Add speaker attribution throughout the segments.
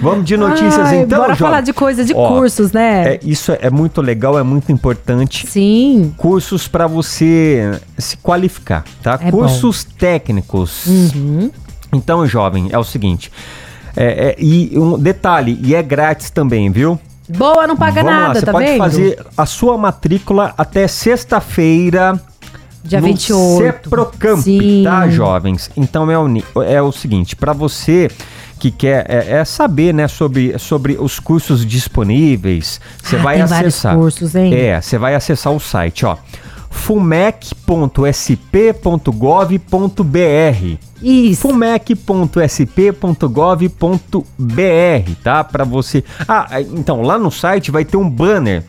Speaker 1: Vamos de notícias
Speaker 2: Ai,
Speaker 1: então,
Speaker 2: Bora
Speaker 1: jovem.
Speaker 2: falar de coisa de
Speaker 1: Ó,
Speaker 2: cursos, né?
Speaker 1: É, isso é, é muito legal, é muito importante.
Speaker 2: Sim.
Speaker 1: Cursos para você se qualificar, tá?
Speaker 2: É bom. Uhum.
Speaker 1: Cursos técnicos. Então, jovem, é o seguinte. é- é- e um detalhe, e é grátis também, viu?
Speaker 2: Boa, não paga
Speaker 1: Vamos
Speaker 2: nada,
Speaker 1: lá, você
Speaker 2: tá
Speaker 1: pode
Speaker 2: vendo?
Speaker 1: fazer a sua matrícula até sexta-feira.
Speaker 2: Dia
Speaker 1: no
Speaker 2: 28.
Speaker 1: Ceprocamp,
Speaker 2: Sim.
Speaker 1: tá, jovens? Então é o, ni- é o seguinte, para você que quer é, é saber, né, sobre, sobre os cursos disponíveis, você
Speaker 2: Ah,
Speaker 1: vai
Speaker 2: tem vários
Speaker 1: acessar.
Speaker 2: cursos, hein?
Speaker 1: É, você vai acessar o site, ó. fumec.sp.gov.br
Speaker 2: Isso.
Speaker 1: fumec.sp.gov.br, tá? Pra você. Ah, então lá no site vai ter um banner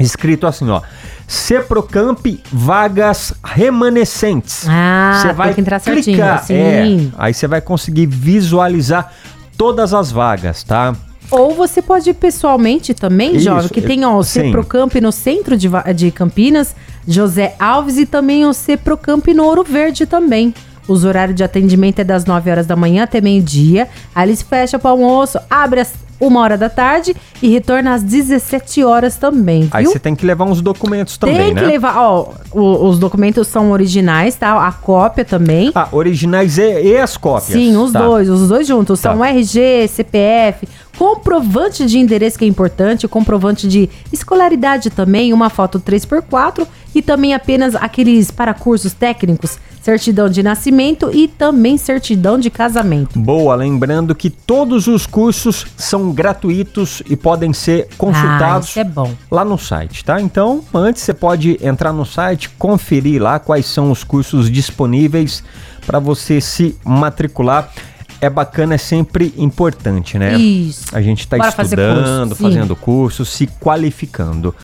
Speaker 1: escrito assim, ó: Ceprocamp vagas remanescentes.
Speaker 2: Ah,
Speaker 1: Você
Speaker 2: tem que entrar certinho, sim.
Speaker 1: é, aí você vai conseguir visualizar todas as vagas, tá?
Speaker 2: Ou você pode ir pessoalmente também,
Speaker 1: Isso,
Speaker 2: jovem, que tem ó, o
Speaker 1: sim.
Speaker 2: Ceprocamp no centro de, Va- de Campinas, José Alves e também o Ceprocamp no Ouro Verde também. Os horários de atendimento é das 9 horas da manhã até meio-dia. Aí eles fecham para almoço, abre às 1 hora da tarde e retorna às 17 horas também, viu?
Speaker 1: Aí você tem que levar uns documentos
Speaker 2: tem
Speaker 1: também, né?
Speaker 2: que levar, ó, o- os documentos são originais, tá? A cópia também.
Speaker 1: Ah, originais e, e as cópias.
Speaker 2: Sim, os
Speaker 1: tá?
Speaker 2: dois, os dois juntos. São
Speaker 1: Tá.
Speaker 2: RG, CPF, comprovante de endereço que é importante, comprovante de escolaridade também, uma foto 3x4 e também apenas aqueles para cursos técnicos, certidão de nascimento e também certidão de casamento.
Speaker 1: Boa, lembrando que todos os cursos são gratuitos e podem ser
Speaker 2: Ah,
Speaker 1: consultados
Speaker 2: isso é bom.
Speaker 1: lá no site, tá? Então, antes você pode entrar no site, conferir lá quais são os cursos disponíveis para você se matricular. É bacana, é sempre importante, né?
Speaker 2: Isso.
Speaker 1: A gente está
Speaker 2: Bora fazer
Speaker 1: estudando,
Speaker 2: curso, sim.
Speaker 1: fazendo curso, se qualificando.